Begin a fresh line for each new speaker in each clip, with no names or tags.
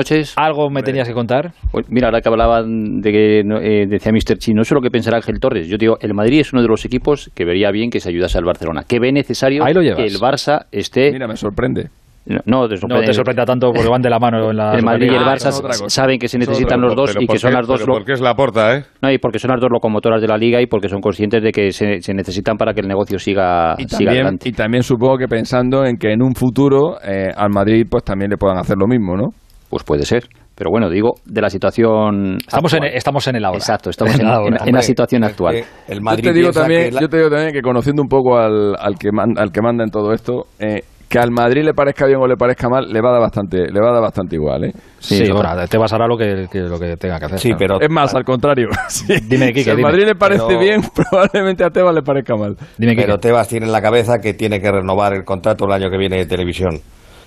noches.
¿Algo me tenías que contar?
Pues mira, ahora que hablaban de que no- eh, decía Mr. Chi, no sé lo que pensará Ángel Torres. Yo digo, el Madrid es uno de los equipos que vería bien que se ayudase al Barcelona. Que ve necesario
Ahí lo llevas.
que el Barça esté.
Mira, me sorprende.
no, no, te
No
sorprende.
te sorprenda tanto porque van de la mano en la
El Madrid y el
Superliga.
Ah,
Barça
eso es otra cosa.
saben que se
Eso es
necesitan
otra
los dos
Pero
y que
¿por
son
qué?
las dos.
Pero
lo-
Porque es la porta, ¿eh?
No, y porque son las dos locomotoras de la liga y porque son conscientes de que se, se necesitan para que el negocio siga,
Y
siga
también,
Ah, adelante.
y también supongo que pensando en que en un futuro eh, al Madrid pues también le puedan hacer lo mismo, ¿no?
Pues puede ser. Pero bueno, digo, de la situación.
Estamos en, e-
actual.
estamos en el ahora.
Exacto, estamos en,
el
en-
ahora.
en la situación actual.
Es que El Madrid
yo te digo
piensa
también,
que la-
yo te digo también que conociendo un poco al, al que manda, al que manda en todo esto, eh, que al Madrid le parezca bien o le parezca mal, le va a dar bastante, le va a dar bastante igual, ¿eh?
Sí,
Sí,
bueno, te pasará lo que, que- lo que tenga que hacer.
Sí,
claro.
pero
Es más, al contrario. Sí.
Dime, Quique,
si al
dime.
Madrid le parece
Pero-
bien, probablemente a Tebas le parezca mal.
Dime que
Pero Tebas tiene en la cabeza que tiene que renovar el contrato el año que viene de televisión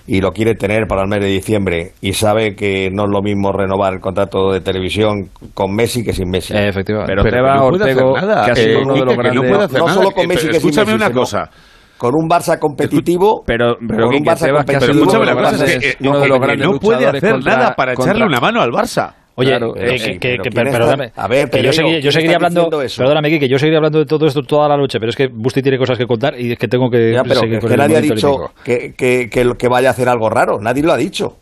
y lo quiere tener para el mes de diciembre y sabe que no es lo mismo renovar el contrato de televisión con Messi que sin
Eh.
Messi.
efectivamente.
Pero Tebas
no puede
Ortego,
hacer nada.
que ha sido
Eh,
uno de los
Quique, que no
grandes.
puede hacer
no
nada.
solo con
Eh,
Messi
pero
que sin
escúchame
Messi,
una
sino
cosa.
Con un Barça competitivo,
Pero, pero
con un
Quique,
Barça
Tebas, que ha
Pero
sido
escúchame
uno de
la
los
cosa, es
grandes-
que,
uno de
que
los grandes
no puede
luchadores
hacer
contra-
nada para
contra-
echarle una mano al Barça.
Oye,
Claro,
que-
pero
que-
sí,
que-
pero
que-
¿quién está-
perdóname.
a ver,
que yo,
Pereiro,
seguí- yo
¿quién
seguiría
está
hablando.
diciendo eso?
Perdóname, Kiki, que yo seguiría hablando de todo esto toda la noche, pero es que Busti tiene cosas que contar y es que tengo eh, que
ya, pero
seguir
que
con el
nadie ha
momento
dicho Ah,
olímpico.
que, que, que, lo- que vaya a hacer algo raro, nadie lo ha dicho.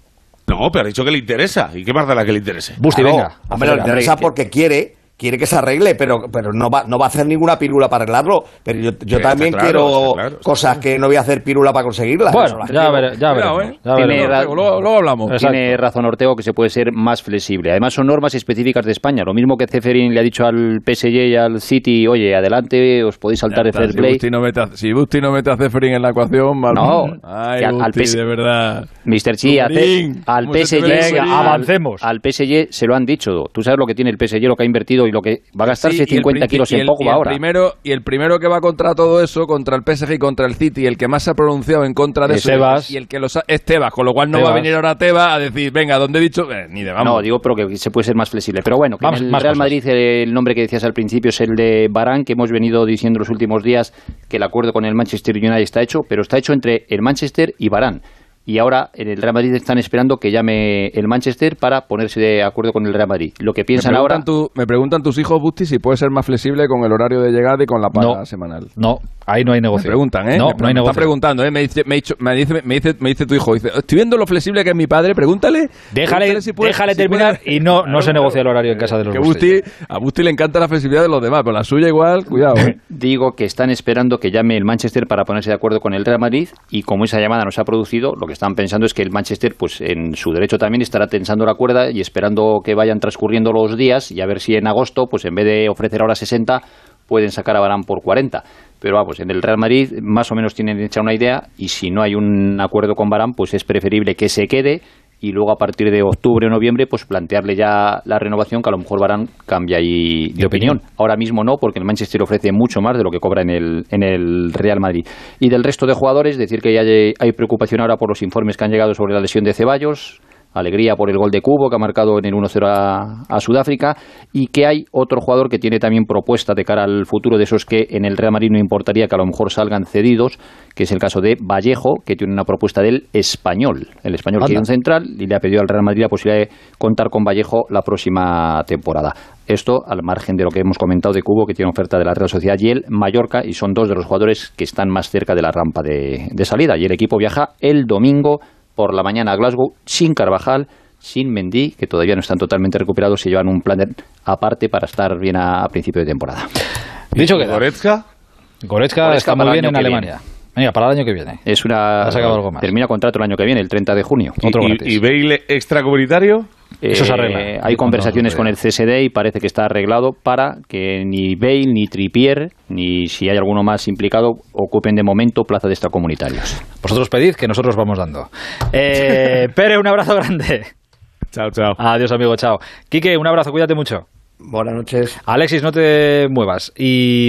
No, pero ha dicho que le interesa. ¿Y qué más da la que le interese?
Busti,
Claro,
venga.
Hombre, le
acelera.
interesa porque quiere, quiere que se arregle, pero, pero no, va, no va a hacer ninguna pirula para arreglarlo. Pero yo, yo
Está
también
claro,
quiero
está claro, está
cosas que no voy a hacer pirula para conseguirlas. Eso
Bueno,
las
ya,
quiero.
vere- ya
Cuidado,
veremos.
¿eh?
ya
Tiene
veremos.
Ortego, luego, luego hablamos.
Tiene razón Ortego que se puede ser más flexible. Además son normas específicas de España. Lo mismo que Ceferin le ha dicho al PSG y al City, oye, adelante, os podéis saltar el
Ya está,
fair
si
play.
Busti no mete a- si Busti no mete a Zeferin en la ecuación, mal.
No,
Ay,
que al- al
Busti,
PS-
de verdad.
Mr. Chi hace
Lumerín,
al
¿cómo se
PSG,
te ve
Venga,
al-
avancemos.
Al PSG se lo han dicho. Tú sabes lo que tiene el PSG, lo que ha invertido y lo que va a gastarse
Sí, y el
50
princi-
kilos
y
en
el-
poco
y el
ahora.
Primero, y el primero que va contra todo eso, contra el PSG y contra el City, el que más se ha pronunciado en contra de
Es
eso
Tebas.
y el que los ha- es Tebas, con lo cual no va a
Tebas.
venir ahora Tebas a decir, venga, ¿dónde he dicho? Eh, ni de vamos.
No, digo, pero que se puede ser más flexible. Pero bueno, que
Vamos,
en el
más
Real
cosas.
Madrid eh, el nombre que decías al principio es el de Barán, que hemos venido diciendo los últimos días que el acuerdo con el Manchester United está hecho, pero está hecho entre el Manchester y Barán. Y ahora en el Real Madrid están esperando que llame el Manchester para ponerse de acuerdo con el Real Madrid. Lo que
me,
piensan
preguntan
ahora...
tu- me preguntan tus hijos, Busti, si puede ser más flexible con el horario de llegada y con la paga
No.
semanal.
No, ahí no hay negocio.
Me preguntan, ¿eh?
No,
me,
no hay
me
negocio.
están preguntando, ¿eh? Me dice, me, dice, me, dice, me, dice, me dice tu hijo, dice, estoy viendo lo flexible que es mi padre, pregúntale.
Déjale,
pregúntale si puede-
déjale
si
terminar
puede".
y no, no
Claro,
se negocia el
claro.
horario en casa de los
Que
Busti.
Busti, a Busti le encanta la flexibilidad de los demás, pero la suya igual, cuidado. ¿eh?
Digo que están esperando que llame el Manchester para ponerse de acuerdo con el Real Madrid y como esa llamada no se ha producido, lo que están pensando es que el Manchester, pues en su derecho también estará tensando la cuerda y esperando que vayan transcurriendo los días y a ver si en agosto, pues en vez de ofrecer ahora 60, pueden sacar a Barán por 40. Pero vamos, en el Real Madrid más o menos tienen hecha una idea y si no hay un acuerdo con Barán, pues es preferible que se quede y luego a partir de octubre o noviembre pues plantearle ya la renovación que a lo mejor Barán cambia ahí de opinión. Ahora mismo no, porque el Manchester ofrece mucho más de lo que cobra en el, en el Real Madrid. Y del resto de jugadores, decir que ya hay, hay preocupación ahora por los informes que han llegado sobre la lesión de Ceballos, alegría por el gol de Cubo que ha marcado en el 1-0 a, a Sudáfrica y que hay otro jugador que tiene también propuesta de cara al futuro de esos que en el Real Madrid no importaría que a lo mejor salgan cedidos, que es el caso de Vallejo, que tiene una propuesta del español. El español quiere un central y le ha pedido al Real Madrid la posibilidad de contar con Vallejo la próxima temporada. Esto al margen de lo que hemos comentado de Cubo, que tiene oferta de la Real Sociedad y el Mallorca, y son dos de los jugadores que están más cerca de la rampa de, de salida. Y el equipo viaja el domingo por la mañana a Glasgow sin Carvajal, sin Mendy, que todavía no están totalmente recuperados y llevan un plan de- aparte para estar bien a, a principio de temporada.
Dicho queda.
Goretzka,
Goretzka,
Goretzka
está
para
muy
el
bien
año
en
que
Alemania. Venga, para el año que viene.
Es una
Ha sacado algo más.
termina contrato el año que viene, el 30 de junio.
Otro
y,
gratis.
y Bale extracomunitario.
Eso se arregla.
Eh, Hay
No,
conversaciones
no,
con el CSD y parece que está arreglado para que ni Bale, ni Tripier, ni si hay alguno más implicado, ocupen de momento plaza de extracomunitarios.
Vosotros pedid que nosotros vamos dando. Eh, Pere, un abrazo grande.
Chao, chao.
Adiós, amigo, chao. Quique, un abrazo, cuídate mucho.
Buenas noches.
Alexis, no te muevas. Y